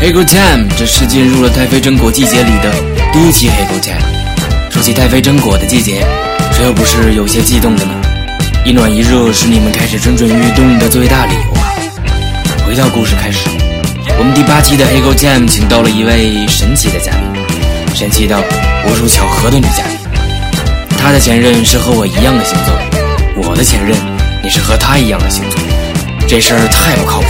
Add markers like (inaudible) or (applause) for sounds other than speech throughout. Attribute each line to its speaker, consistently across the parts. Speaker 1: 黑狗 time，这是进入了太妃榛果季节里的第一期黑狗 time。说起太妃榛果的季节，谁又不是有些激动的呢？一暖一热是你们开始蠢蠢欲动的最大理由啊！回到故事开始，我们第八期的黑狗 time 请到了一位神奇的嘉宾，神奇到我属巧合的女嘉宾。她的前任是和我一样的星座，我的前任也是和她一样的星座，这事儿太不靠谱。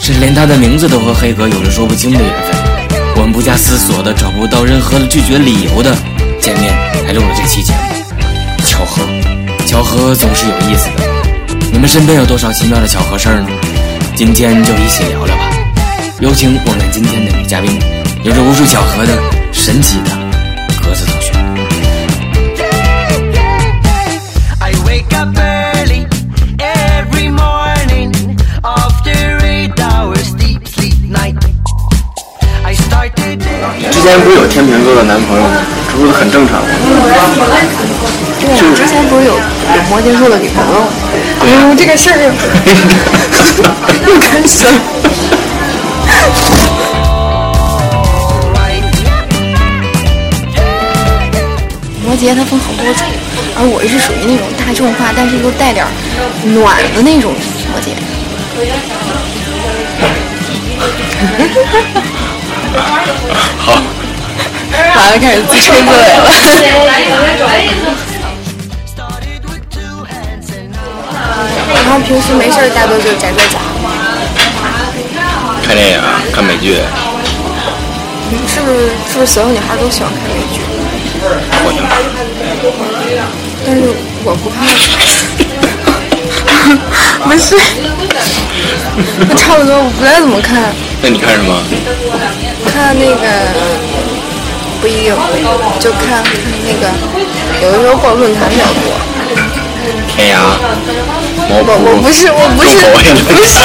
Speaker 1: 甚至连他的名字都和黑格有着说不清的缘分。我们不加思索的，找不到任何的拒绝理由的见面，来录了这期节目。巧合，巧合总是有意思的。你们身边有多少奇妙的巧合事儿呢？今天就一起聊聊吧。有请我们今天的女嘉宾，有着无数巧合的神奇的格子同学。
Speaker 2: I wake up early every morning after eight hours deep sleep night. I started.
Speaker 3: 之前不是有天秤座的男朋友吗？这不是很正常吗？
Speaker 4: 对啊，之前不是有有摩羯座的女朋友？嗯，这个事儿又又开始了。摩羯它分好多种，而我是属于那种大众化，但是又带点儿暖的那种摩羯。 (laughs) 好，完了，开始自吹自擂了。然后平时没事儿，大多就宅在家。
Speaker 3: 看电影、看美剧，
Speaker 4: 是不是是不是所有女孩都喜欢看美剧？
Speaker 3: 好像
Speaker 4: 但是我
Speaker 5: (laughs)
Speaker 4: 不看。不是，我差不多，我不太怎么看，
Speaker 3: 那你看什么？
Speaker 4: 看那个不一定，就看看那个，有的时候逛论坛比较多。
Speaker 3: 天涯、猫
Speaker 4: 我我
Speaker 3: 扑
Speaker 4: 不是我不是
Speaker 3: 重口味了
Speaker 4: 不是， (laughs)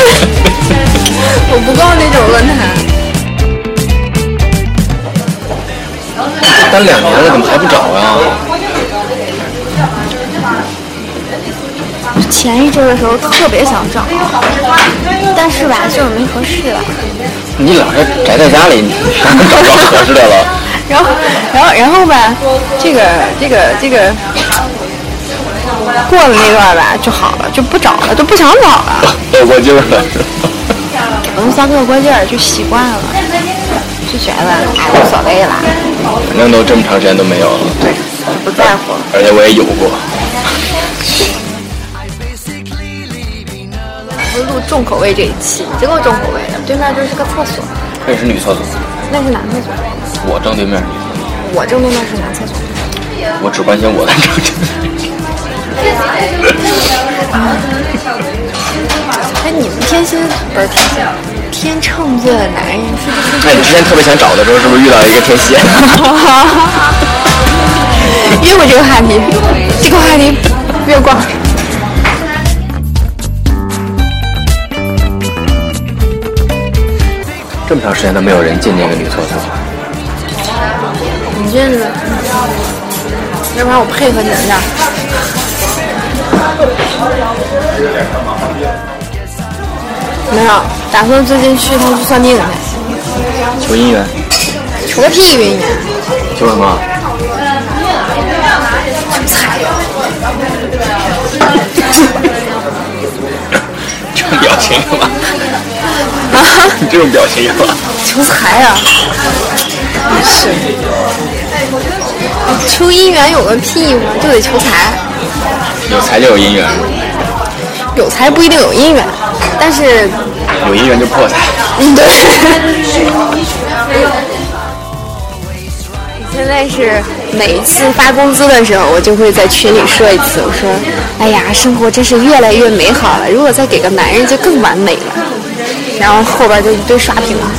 Speaker 4: 我不逛那种论坛。
Speaker 3: 单两年了，怎么还不找啊呀、
Speaker 5: 前一阵儿的时候特别想找，但是吧，就是没合适吧。
Speaker 3: 你老是宅在家里，你咋能找着合适的了？ (laughs)
Speaker 4: 然后，然后，然后吧，这个，这个，这个，过了那段吧就好了，就不找了，就不想找了。
Speaker 3: 有过劲儿了，
Speaker 4: 我们三个过劲儿就习惯了，就觉得哎无所谓啦，
Speaker 3: 反正都这么长时间都没有了，
Speaker 4: 对，不在乎了。
Speaker 3: 而且我也有过。
Speaker 4: 不是录重口味这一期，结果重口味的，对面就是个厕所，
Speaker 3: 那是女厕所，
Speaker 4: 那是男厕所，
Speaker 3: 我正对面是女厕所，
Speaker 4: 我正对面是男厕所。
Speaker 3: 我只关心我的正对面。
Speaker 4: 哎，你们天蝎不是天蝎，天秤座的男人是不是？
Speaker 3: 那你之前特别想找的时候，是不是遇到一个天蝎？
Speaker 4: 越过这个话题，这个话题越过。
Speaker 3: 这么长时间都没有人进那个女厕所，
Speaker 4: 你这是，要不然我配合你一下。没有，打算最近去趟去算命去，
Speaker 3: 求姻缘，
Speaker 4: 求个屁运呀！
Speaker 3: 求什么？这种表情干嘛？ (laughs) 你这种表情干嘛？
Speaker 4: 求财啊！是，求姻缘有个屁吗？就得求财，
Speaker 3: 有财就有姻缘，
Speaker 4: 有财不一定有姻缘，但是，
Speaker 3: 有姻缘就破财。
Speaker 4: 嗯，对。 (laughs) 现在是每一次发工资的时候，我就会在群里说一次，我说：“哎呀，生活真是越来越美好了，如果再给个男人就更完美了。”然后后边就一堆刷屏了，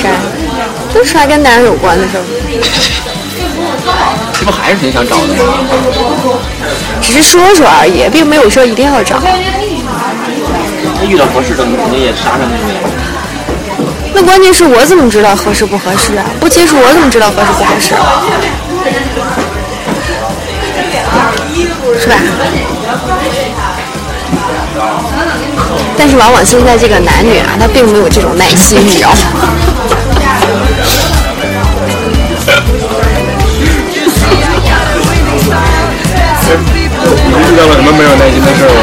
Speaker 4: 是啊，就刷跟男人有关的事儿，
Speaker 3: 这不还是挺想找的吗？
Speaker 4: 只是说说而已，并没有说一定要找。
Speaker 3: 他遇到合适的，你肯定也杀上去了。
Speaker 4: 那关键是我怎么知道合适不合适啊？不接触我怎么知道合适不合适、啊？是吧？但是往往现在这个男女啊，他并没有这种耐心，你知道吗？
Speaker 3: 你遇到了什么没有耐心的事儿吗？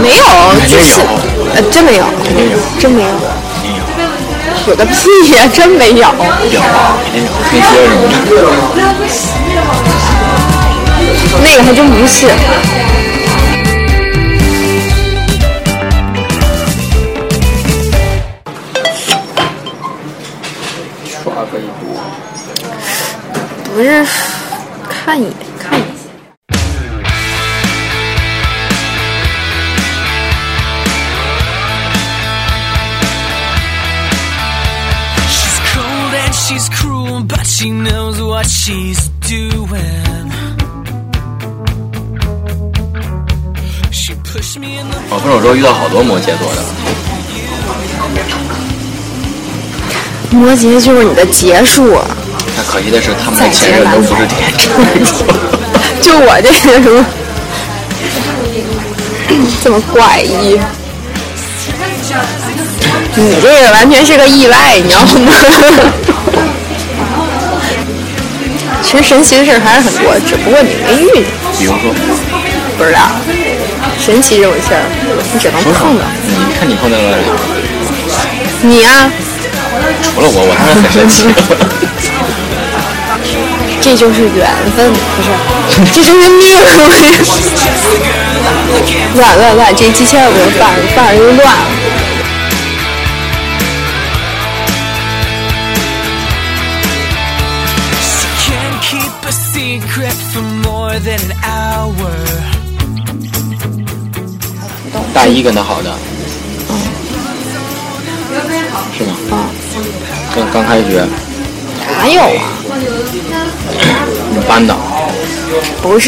Speaker 4: 没有，
Speaker 1: 肯
Speaker 4: 就
Speaker 1: 定
Speaker 4: 是
Speaker 1: 有
Speaker 4: 呃，真没有，肯定有，真没有，有个屁呀、真没有。
Speaker 3: 那些什么的，
Speaker 4: 那个还真不是。
Speaker 3: 刷可以多。
Speaker 4: 不是，看一眼看一眼。
Speaker 6: She's cold and she's cruel, but she knows what she's doing. She pushed me in the
Speaker 3: 我哦分手之后遇到好多摩羯座的，
Speaker 4: 摩羯就是你的结束啊，
Speaker 3: 但可惜的是他们的前任都不是天秤座。
Speaker 4: 就我这个什么，这么怪异。你这个完全是个意外，你知道吗？ (laughs) 其实神奇的事儿还是很多，只不过你没遇见，
Speaker 3: 比如说，
Speaker 4: 不知道。神奇这种事儿，你只能碰到。
Speaker 3: 嗯你看你碰到了谁，
Speaker 4: 你啊，
Speaker 3: 除了我，我当然很神奇。
Speaker 4: 这就是缘分，不是？这就是命。 (laughs) 乱乱乱！这一期千万不能放，放着就乱了。
Speaker 6: She can't keep a secret for more than an hour.
Speaker 3: 大一跟他好的，是吗？啊，刚刚开学，
Speaker 4: 哪有啊？
Speaker 3: 你们班的，
Speaker 4: 不是，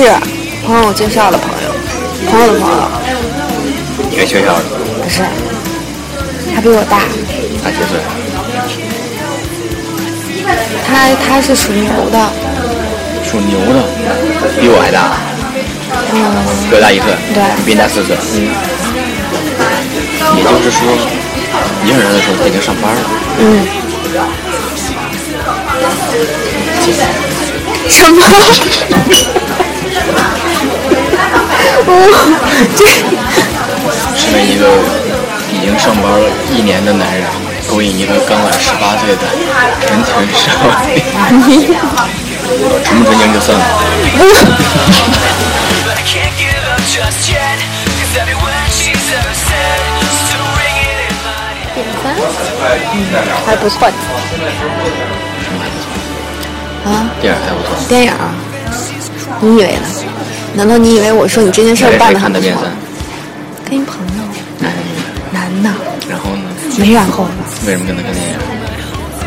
Speaker 4: 朋友介绍的朋友，朋友的朋友，
Speaker 3: 你们学校的，
Speaker 4: 不是，他比我大，
Speaker 3: 他几岁？
Speaker 4: 他他是属牛的，
Speaker 3: 属牛的，比我还大，比我大一岁，
Speaker 4: 对
Speaker 3: 你比你大四岁，嗯，也就是说，一个人的时候他已经上班了，
Speaker 4: 什么？
Speaker 3: 身为一个已经上班了一年的男人，勾引一个刚满十八岁的纯情少女，纯不纯情就算了。
Speaker 6: But I can't give up just yet, cause every word she's ever said is still ringing in my head.
Speaker 4: (laughs) 还不错，
Speaker 3: 电影还不错，
Speaker 4: 电影儿，你以为呢？难道你以为我说你这件事儿
Speaker 3: 谁
Speaker 4: 办
Speaker 3: 谁
Speaker 4: 得
Speaker 3: 看
Speaker 4: 很
Speaker 3: 的
Speaker 4: 不
Speaker 3: 变
Speaker 4: 错
Speaker 3: 三？？
Speaker 4: 跟一朋友，
Speaker 3: 男的女的
Speaker 4: 男的，
Speaker 3: 然后呢？
Speaker 4: 没然后了，
Speaker 3: 为什么跟他看电影？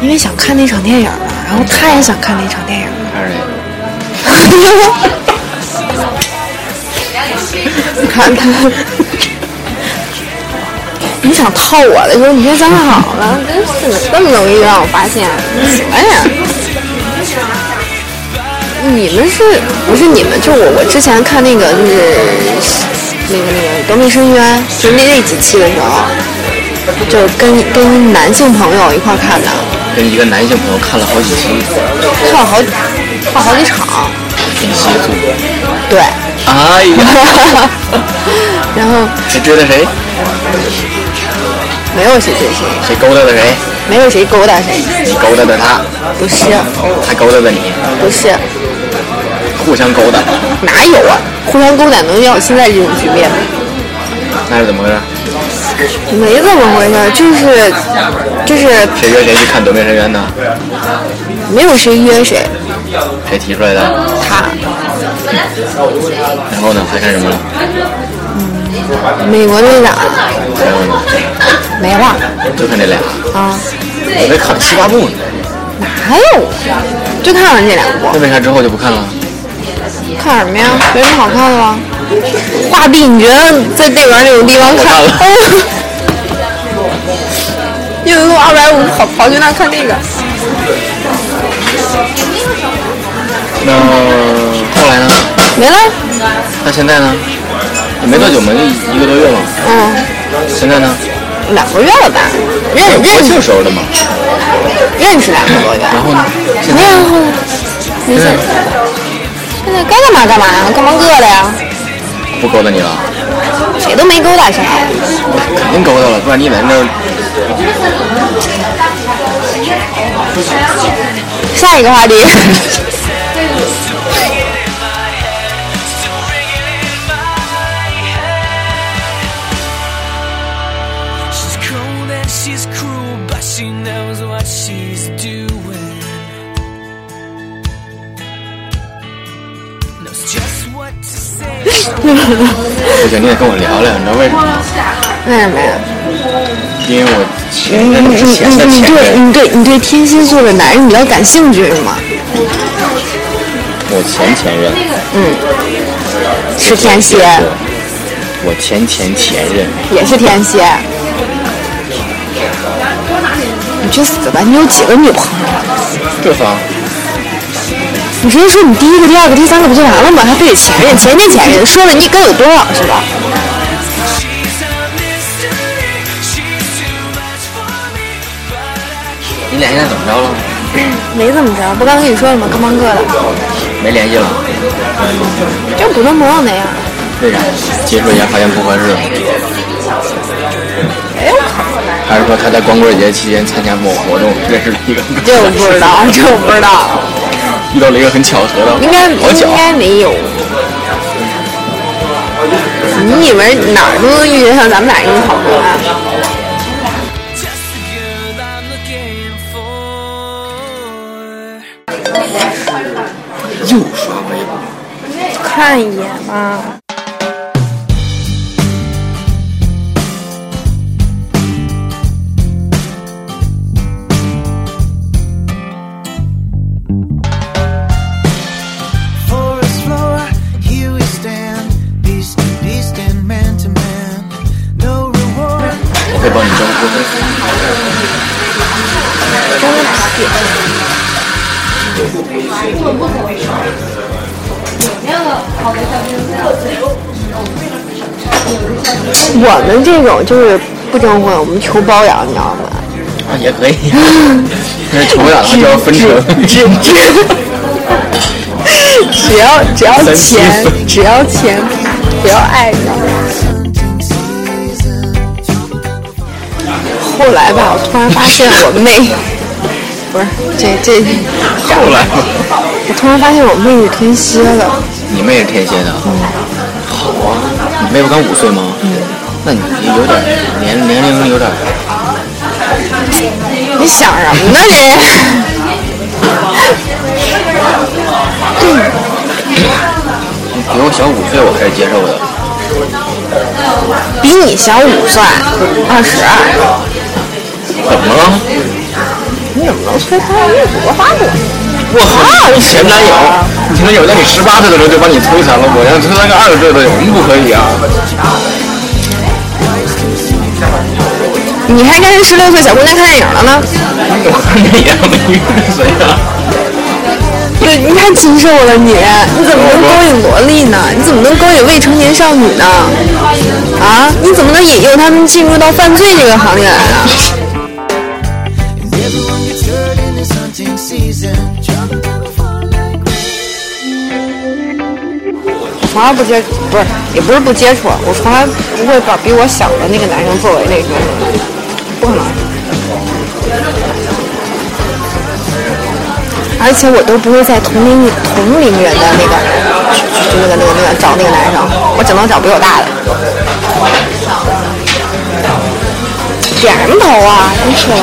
Speaker 4: 因为想看那场电影儿嘛，然后他也想看那场电影儿。啊
Speaker 3: 看谁？
Speaker 4: (laughs) 你看他，你想套我的时候，你别想好了，真是的，这么容易让我发现，什么呀？你们是不是你们？就我，我之前看那个就是那个那个《夺命深渊》，就那那几期的时候，就是跟跟男性朋友一块儿看的，
Speaker 3: 跟一个男性朋友看了好几期，
Speaker 4: 看了好看好几场，
Speaker 3: 一起组。
Speaker 4: 对，
Speaker 3: 哎呀，
Speaker 4: (laughs) 然后
Speaker 3: 谁追的谁？
Speaker 4: 没有谁对谁，
Speaker 3: 谁勾搭的谁？
Speaker 4: 没有谁勾搭谁，
Speaker 3: 你勾搭的他，
Speaker 4: 不是
Speaker 3: 他勾搭的你，
Speaker 4: 不是。
Speaker 3: 互相勾搭，
Speaker 4: 哪有啊？互相勾搭能要现在这种局面吗？
Speaker 3: 那是怎么回事？
Speaker 4: 没怎么回事，就是就是
Speaker 3: 谁约谁去看《夺命深渊》呢？
Speaker 4: 没有谁约谁，
Speaker 3: 谁提出来的？
Speaker 4: 他
Speaker 3: 然后呢？还看什么了？
Speaker 4: 美国队长
Speaker 3: 还有呢？
Speaker 4: 没了
Speaker 3: 就看这俩，
Speaker 4: 啊？
Speaker 3: 我才看了七八部呢。
Speaker 4: 哪有？就看上这两部，
Speaker 3: 那为啥之后就不看了？
Speaker 4: 看什么呀？没什么好看的了。画壁，你觉得在电影院这种地方看？
Speaker 3: 我看
Speaker 4: 哎呀， (laughs) 又用二百五跑跑去那儿看那个，
Speaker 3: 那后来呢？
Speaker 4: 没了。
Speaker 3: 那现在呢？没多久嘛，就一个多月嘛。
Speaker 4: 嗯，
Speaker 3: 现在呢？
Speaker 4: 两个月了吧？认
Speaker 3: 国
Speaker 4: 认
Speaker 3: 庆时候的嘛。
Speaker 4: 认识两个多月，
Speaker 3: 然后呢？现
Speaker 4: 没
Speaker 3: 在
Speaker 4: 有
Speaker 3: 呢？，
Speaker 4: (laughs) 哎没事。嗯现在该干嘛干嘛呀，干嘛饿了呀？
Speaker 3: 不勾搭你了？
Speaker 4: 谁都没勾搭谁，
Speaker 3: 肯定勾搭了，不然你在那儿
Speaker 4: 下一个 (laughs) 话题。
Speaker 6: She's cold and she's cruel, but she knows what she's doing. Knows just what to say.
Speaker 3: 不行，你得跟我聊聊，你知道为什么吗？
Speaker 4: 为什么呀？
Speaker 3: 因为我前任之前的
Speaker 4: 你
Speaker 3: 前
Speaker 4: 对
Speaker 3: 任，
Speaker 4: 你对你对天蝎座的男人比较感兴趣是吗？
Speaker 3: 我前前任
Speaker 4: 是天蝎，
Speaker 3: 对我前前前任，
Speaker 4: 也是天蝎。你去死吧！你有几个女朋友？
Speaker 3: 对方
Speaker 4: 你直接说你第一个、第二个、第三个不就完了吗？还非得前任、前前前任，说了你该有多少是吧？
Speaker 6: She's a mystery. She's too much for me, but I
Speaker 3: 你俩现在怎么着了？
Speaker 4: 没怎么着，不刚跟你说了吗？各忙各的，
Speaker 3: 没联系了，
Speaker 4: 就普通朋友那样。
Speaker 3: 为啥？接触一下发现不合适，哎还是说他在光棍节期间参加某活动认识了一个，
Speaker 4: 这我不知道，这我不知道，
Speaker 3: 遇到了一个很巧合的
Speaker 4: 应该
Speaker 3: 好巧
Speaker 4: 应，该没有。你以为哪儿都能遇得上咱们俩这种好啊哥们？
Speaker 6: just the girl I'm looking for.
Speaker 3: 又刷微博。
Speaker 4: 看一眼嘛。
Speaker 2: forest floor, here we stand, beast to beast and man to man. No reward.
Speaker 3: 我会帮你 (laughs) 征婚。
Speaker 4: 我们这种就是不征婚，我们求包养，你知道吗？
Speaker 3: 啊，也 (laughs) 可以。但是求不了的话就要分成。
Speaker 4: 只只只要只要
Speaker 3: 三七
Speaker 4: 钱，
Speaker 3: 分
Speaker 4: 只要钱，只要爱，你知道吗？后来吧，我突然发现我妹， (laughs) 不是这这，
Speaker 3: 后来，
Speaker 4: 我突然发现我妹是天蝎的，
Speaker 3: 你妹是天蝎的。好啊，你妹不刚五岁吗？那你有点年年龄有点，
Speaker 4: 你想什么呢你？
Speaker 3: 比我小五岁，我还是接受的。
Speaker 4: 比你小五岁，二十二，
Speaker 3: 怎么了？
Speaker 4: 你怎么能催她越祖国发展？
Speaker 3: 我操！你前男友，你前男友在你十八岁的时候就把你摧残了，我要摧残个二十岁的，我们不可以啊！ (laughs)
Speaker 4: 你还跟十六岁小姑娘看电影了呢？
Speaker 3: 我看着也没遇着谁啊。
Speaker 4: 对，你太禽兽了你！你怎么能勾引萝莉呢？你怎么能勾引未成年少女呢？啊，你怎么能引诱他们进入到犯罪这个行业来啊？
Speaker 2: And everyone gets hurt in this hunting season. Trouble never fall like rain.
Speaker 4: 我从来不接，不是，也不是不接触，啊我从来不会把比我小的那个男生作为那个，不可能。而且我都不会在同龄同龄人的那个，就那个那个那个找那个男生，我只能找比我大的。点什么头啊？真是的，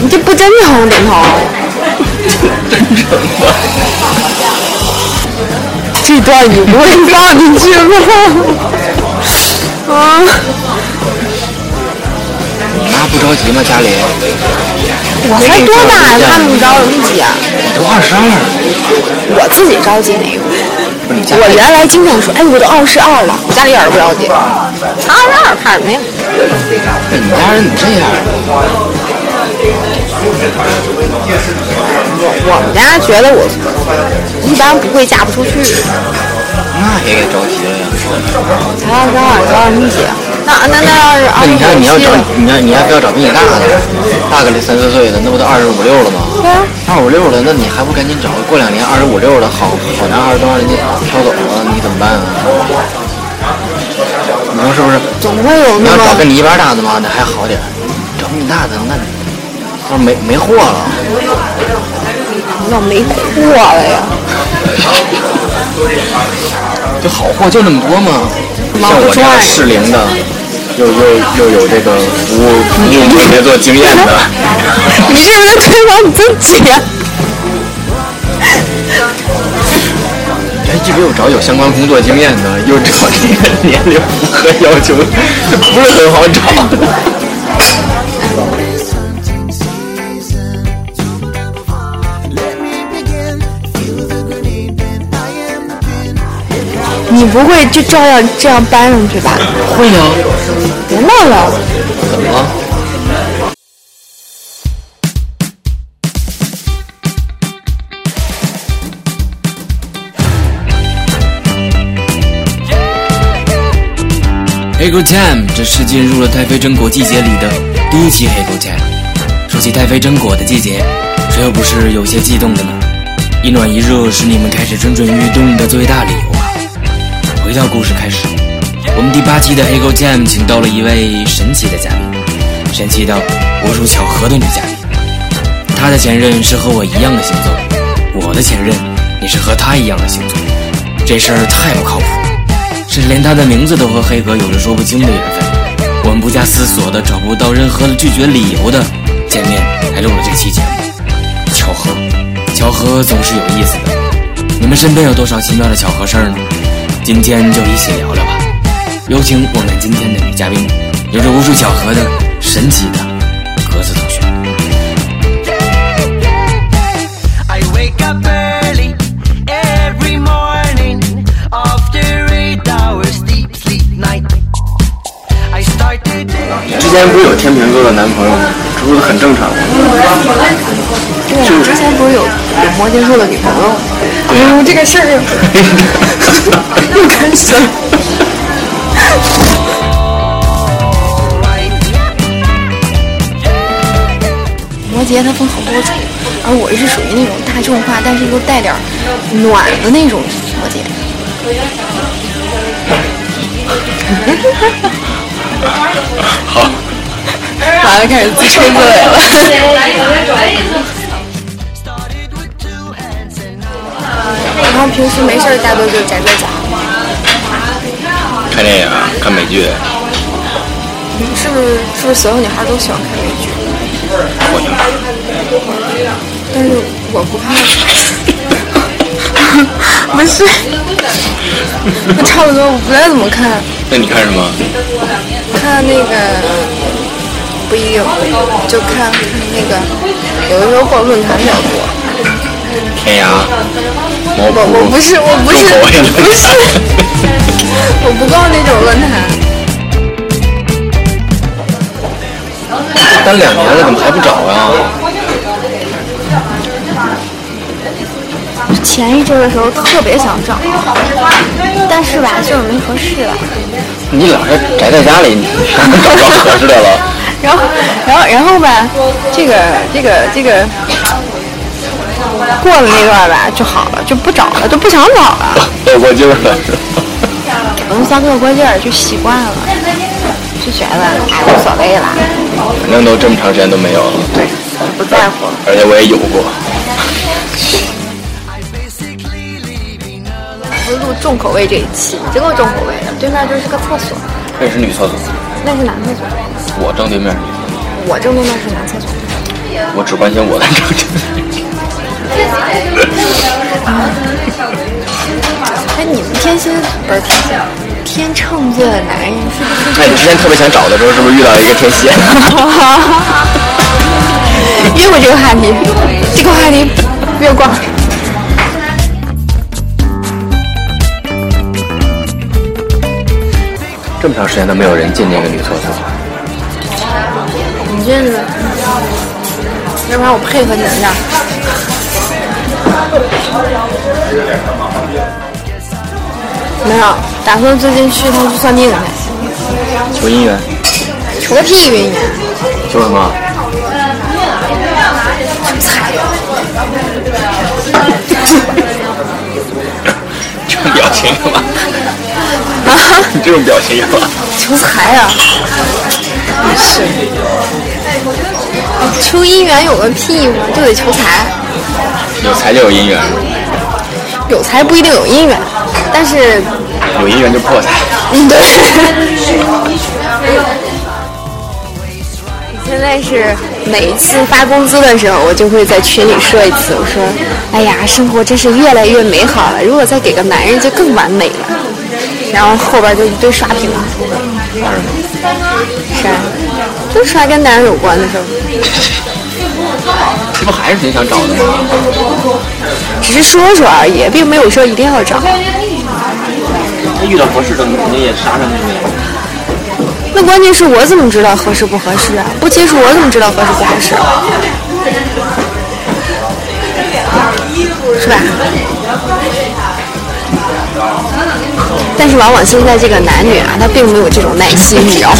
Speaker 4: 你这不真诚点头。这段你不会放进去吧？啊，
Speaker 3: 你妈不着急吗？家里
Speaker 4: 我才多大呀？他们着什么急啊？
Speaker 3: 都二十二，
Speaker 4: 我自己着急哪个？
Speaker 3: 不是你家
Speaker 4: 我原来经常说，哎，我都二十二了，我家里一点儿都不着急。二十二怕什么呀？
Speaker 3: 哎你家人怎么这样啊？
Speaker 4: 我们家觉得我一般不会嫁不出去，
Speaker 3: 那也给着急了呀。
Speaker 4: 还要找耳朵二米姐，那那啊那要是二
Speaker 3: 那
Speaker 4: 米
Speaker 3: 你看，你要
Speaker 4: 姐
Speaker 3: 找，你要你要不要找比你大的，大个这三四岁的，那不都二十五六了吗？二五六了，那你还不赶紧找个过两年二十五六的好好男孩儿都让人家挑走了，你怎么办啊？你说是不是？
Speaker 4: 总会有
Speaker 3: 你
Speaker 4: 那
Speaker 3: 要找
Speaker 4: 么
Speaker 3: 跟你一般大的嘛，那还好点儿。找比你大的，那那没没货了。
Speaker 4: 那没货了呀。 (laughs)
Speaker 3: 就好货就那么多嘛。像我这样适龄的，又又又有这个服务服务特别做经验的， (laughs)
Speaker 4: 你是不是在推广你自己啊？
Speaker 3: 哎，一直有找有相关工作经验的，又找 (laughs) 这个年龄符合要求，不是很好找
Speaker 2: hunting
Speaker 3: 的。
Speaker 2: season. Let me begin. Feel the grenade, and I am the pin.
Speaker 4: 你不会就照样这样搬上去吧？
Speaker 3: 会呀，
Speaker 4: 别闹了，
Speaker 3: 怎么了？
Speaker 1: 黑狗 Jam，这是进入了太妃榛果季节里的第一期黑狗 Jam。说起太妃榛果的季节，谁又不是有些激动的呢？一暖一热是你们开始蠢蠢欲动的最大理由啊！回到故事开始，我们第八期的黑狗 Jam 请到了一位神奇的嘉宾，神奇到我属巧合的女嘉宾。她的前任是和我一样的星座，我的前任也是和她一样的星座，这事儿太不靠谱了。甚至连他的名字都和黑格有着说不清的缘分。我们不加思索的，找不到任何拒绝理由的见面，来录了这期节目。巧合，巧合总是有意思的。你们身边有多少奇妙的巧合事儿呢？今天就一起聊聊吧。有请我们今天的女嘉宾，有着无数巧合的神奇的格子同学。
Speaker 6: I wake up early every morning after eight hours deep sleep night. I start the day.
Speaker 3: 之前不是有天秤座的男朋友吗？这不是很正常吗？
Speaker 4: 对呀、之前不是有有摩羯座的女朋友？哎呦，这个事儿又又开始了。摩羯它分好多种，而我是属于那种大众化，但是又带点儿暖的那种摩羯。好，完了开始自吹自擂了。然后平时没事儿，大多就宅在家。
Speaker 3: 看电影、啊看美剧，
Speaker 4: 是不是是不是所有女孩都喜欢看美剧？
Speaker 3: 我觉得
Speaker 4: 但是我不看。不是，我差不多我不太怎么看，
Speaker 3: 那你看什么？
Speaker 4: 看那个不一定，就看看那个，有的时候逛论坛比较多。
Speaker 3: 天涯、猫 (laughs)
Speaker 4: 我我不
Speaker 3: 扑、
Speaker 4: 是我不是
Speaker 3: 重口味
Speaker 4: 不是，我不逛那种论坛。
Speaker 3: 单两年了，怎么还不找啊呀？
Speaker 5: 前一阵儿的时候特别想找，但是吧，就是没合适的。
Speaker 3: 你老是宅在家里，你啥都找不着合适的 (laughs) 了。
Speaker 5: 然后，然后，然后吧，这个，这个，这个，过了那段吧就好了，就不找了，就不想找了。
Speaker 3: 我过劲儿了，
Speaker 5: 我们三个过劲儿就习惯了，就觉得哎无所谓啦，
Speaker 3: 反正都这么长时间都没有了，
Speaker 5: 不在乎了。
Speaker 3: 而且我也有过。
Speaker 5: 不是录重口味这一期，已经够重口味了。对面就是个厕所，
Speaker 3: 那是女厕所，
Speaker 5: 那是男厕所，
Speaker 3: 我正对面，
Speaker 5: 我正对面是男厕所。
Speaker 3: 我只关心我的正对面。
Speaker 5: 哎，你们天蝎不是天蝎，天秤座的男人是 (laughs) 不是
Speaker 3: 那你之前特别想找的时候，是不是遇到一个天蝎？
Speaker 5: 越过这个话题？ (laughs) 这个话题越过。
Speaker 3: 这么长时间都没有人进那个女厕所，
Speaker 5: 你这是，要不然我配合你一下。
Speaker 4: 没有，打算最近去趟去算命去，
Speaker 3: 求姻缘，
Speaker 4: 求个屁运呀！
Speaker 3: 求什么？这种表情干嘛？你这种表情干嘛？
Speaker 4: 求财啊！是，求姻缘有个屁用啊，就得求财。
Speaker 3: 有财就有姻缘，
Speaker 4: 有财不一定有姻缘，但是，
Speaker 3: 有姻缘就破财。
Speaker 4: 嗯，对。现在是每一次发工资的时候，我就会在群里说一次，我说：“哎呀，生活真是越来越美好了，如果再给个男人就更完美了。”然后后边就一堆刷屏，是啊，就刷跟男人有关的事儿，
Speaker 3: 这不 (laughs) 还是挺想找的吗？
Speaker 4: 只是说说而已，并没有说一定要找。
Speaker 3: 他遇到合适的，你肯定也杀上去了。
Speaker 4: 那关键是我怎么知道合适不合适啊？不接触我怎么知道合适不合适？啊是吧？但是往往现在这个男女啊，他并没有这种耐心，你知道吗？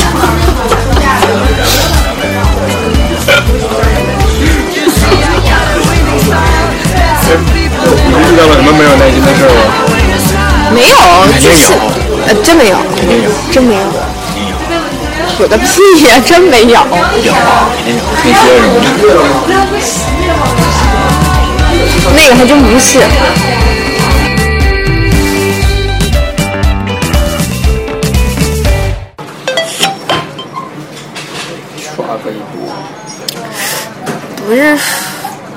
Speaker 3: 你遇到了什么没有耐心的事儿
Speaker 4: (laughs)
Speaker 3: 吗？
Speaker 4: 没有，
Speaker 3: 肯定
Speaker 4: 就
Speaker 3: 有
Speaker 4: 是呃，真没有，
Speaker 3: 肯定有，
Speaker 4: 真没有，
Speaker 3: 肯定有，
Speaker 4: 有个屁呀、真没有。
Speaker 3: 有，肯定有黑靴什么的。
Speaker 4: 那个还真不是。
Speaker 3: 刷个一波。
Speaker 4: 不是，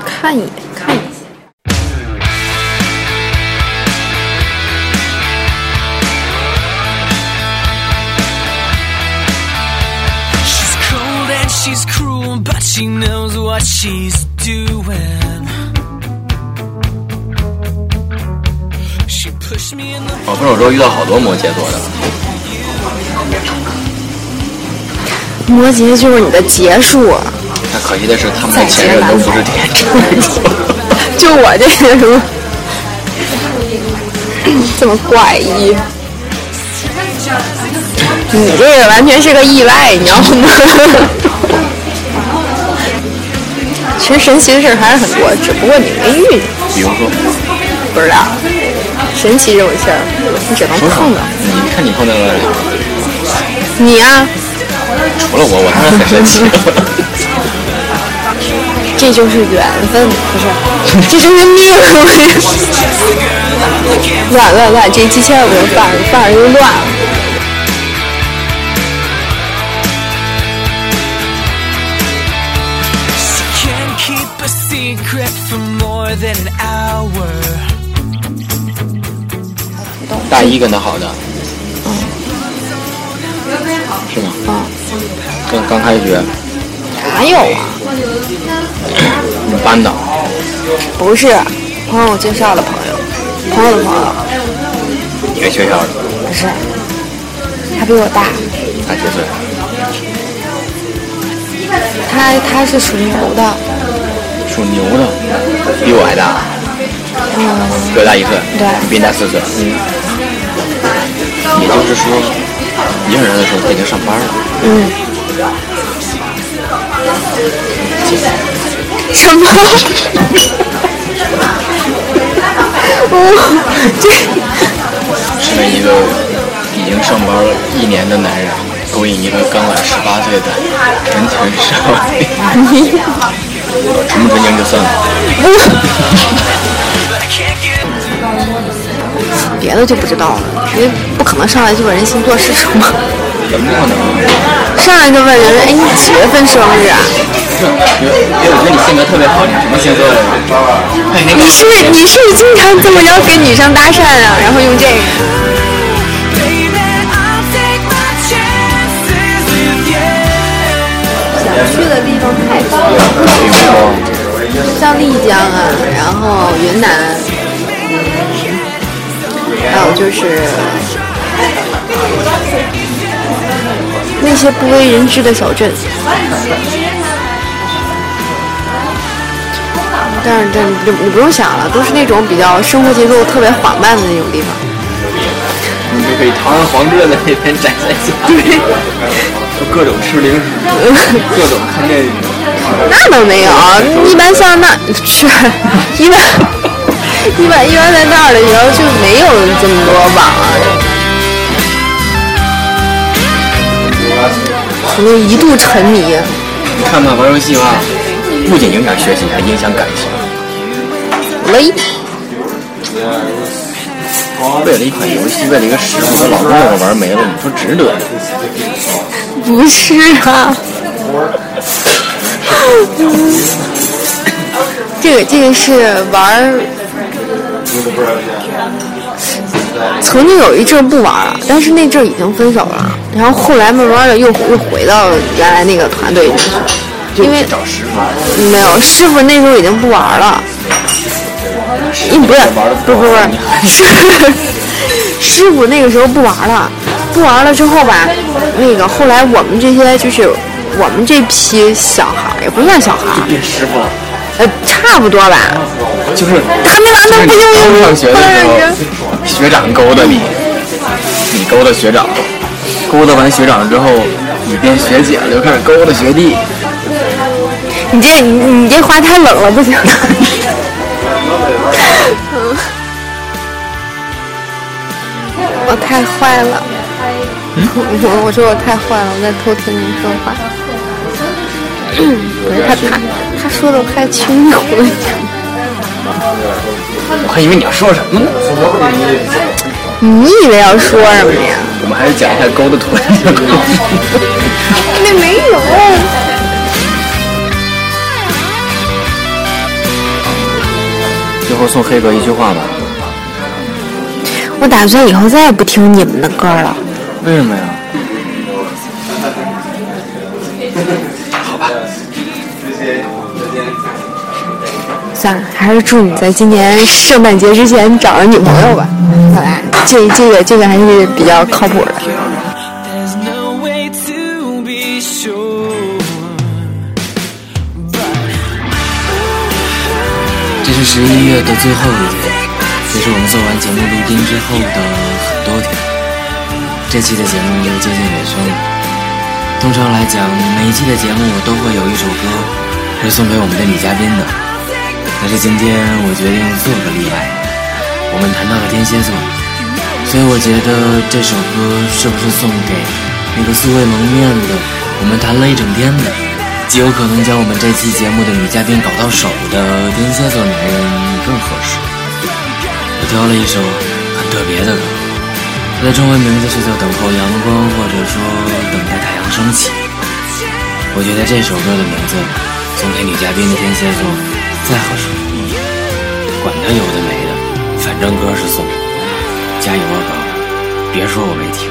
Speaker 4: 看一眼，看一眼。
Speaker 6: She's cold and she's cruel, but she knows what she's doing. She pushed me in the
Speaker 3: 我分手之后遇到好多摩羯座的，
Speaker 4: 摩羯就是你的结束，啊
Speaker 3: 但可惜的是他们的前任都不是天秤座。
Speaker 4: (laughs) 就我这个什么，这么怪异。你这个完全是个意外，你知道吗？其实神奇的事儿还是很多，只不过你没遇见，
Speaker 3: 比如说，
Speaker 4: 不知道。神奇这种事儿，你只能
Speaker 3: 说
Speaker 4: 碰到。
Speaker 3: 你看你碰到了，
Speaker 4: 你啊，
Speaker 3: 除了我，我当然很神奇。
Speaker 4: 这就是缘分，不是，这就是命。 (laughs) 乱乱乱！这一期千万不能放，放着就乱了。
Speaker 6: She can't keep a secret for more than an hour.
Speaker 3: 大一跟他好的，是吗？刚刚开学，
Speaker 4: 哪有啊？
Speaker 3: 你们班的，
Speaker 4: 不是，朋友介绍的朋友，朋友的朋友，
Speaker 3: 一个学校的，
Speaker 4: 不是，他比我大，
Speaker 3: 他几岁？
Speaker 4: 他他是属牛的，
Speaker 3: 属牛的，比我还大，比我大一岁，
Speaker 4: 对
Speaker 3: 比你大四岁。嗯，也就是说，一二年的时候他已经上班了。
Speaker 4: 什么？
Speaker 3: 身为一个已经上班一年的男人，勾引一个刚满十八岁的纯情少女，纯不纯情就算了。
Speaker 4: 别的就不知道了，因为不可能上来就问人星座是什么，
Speaker 3: 怎么可能？
Speaker 4: 上来就问人，哎，你几月份生日啊？
Speaker 3: 因为因为我觉得你性格特别好，你什么星座的？哎，那个
Speaker 4: 你是你是不是经常这么着给女生搭讪啊？然后用这个。
Speaker 6: Baby, I'll take my chances with you.
Speaker 4: 去的地方太多了，像丽江啊，然后云南，嗯还有就是那些不为人知的小镇。嗯但是这你不用想了，都是那种比较生活节奏特别缓慢的那种地方。
Speaker 3: 可以堂而皇之的在那边宅在家里，就各种吃零食，各种看电影。
Speaker 4: 那倒没有，一般像那 (laughs) 是，一般一般一般在那儿的时候就没有这么多网了。所以一度沉迷，
Speaker 3: 你看看玩游戏吧，不仅影响学习，还影响感情。
Speaker 4: 喂，
Speaker 3: 为了一款游戏，为了一个食物，她老公让我玩没了，你说值得吗？
Speaker 4: 不是啊。这个这个是玩儿，曾经有一阵儿不玩儿了，但是那阵儿已经分手了，然后后来慢慢的又又回到原来那个团队里去了，因为嗯没有师傅那时候已经不玩儿了，你不是不是不是师师傅那个时候不玩儿了，不玩儿了之后吧，那个后来我们这些就是我们这批小孩儿也不算小孩儿，
Speaker 3: 变师傅了，
Speaker 4: 呃，差不多吧。
Speaker 3: 就是
Speaker 4: 他那玩意
Speaker 3: 就是
Speaker 4: 儿不
Speaker 3: 你
Speaker 4: 用
Speaker 3: 刚上学的时
Speaker 4: 不
Speaker 3: 候
Speaker 4: 认，
Speaker 3: 学长勾搭你，你勾搭学长，勾搭完学长之后，你变学姐了，又开始勾搭学弟。
Speaker 4: 你这你你这话太冷了，不行。 (laughs) 我太坏了，嗯 (laughs) 我我说我太坏了，我在偷听您说话。嗯不是他他他说的我太清楚了，
Speaker 3: 我还以为你要说什么呢，
Speaker 4: (laughs) 你以为要说什么呀？
Speaker 3: 我们还是讲一下勾搭团的故事。
Speaker 4: 那没有。
Speaker 3: 最后送黑哥一句话吧，
Speaker 4: 我打算以后再也不听你们的歌了。
Speaker 3: 为什么呀？
Speaker 4: 算了，还是祝你在今年圣诞节之前找着女朋友吧，好吧？这这个这个还是比较靠谱的。
Speaker 6: There's no way to be sure.
Speaker 1: 这是十一月的最后一天，也是我们做完节目录音之后的很多天。这期的节目又接近尾声了。通常来讲，每一期的节目我都会有一首歌会送给我们的女嘉宾的，但是今天我决定做个例外。我们谈到了天蝎座，所以我觉得这首歌是不是送给那个素未谋面的，我们谈了一整天的，极有可能将我们这期节目的女嘉宾搞到手的天蝎座男人更合适。我挑了一首很特别的歌，它的中文名字是叫《等候阳光》，或者说《等待太阳升起》。我觉得这首歌的名字送给女嘉宾的天蝎座再合适不过了。管他有的没的，反正歌是送的。加油啊，哥！别说我没听。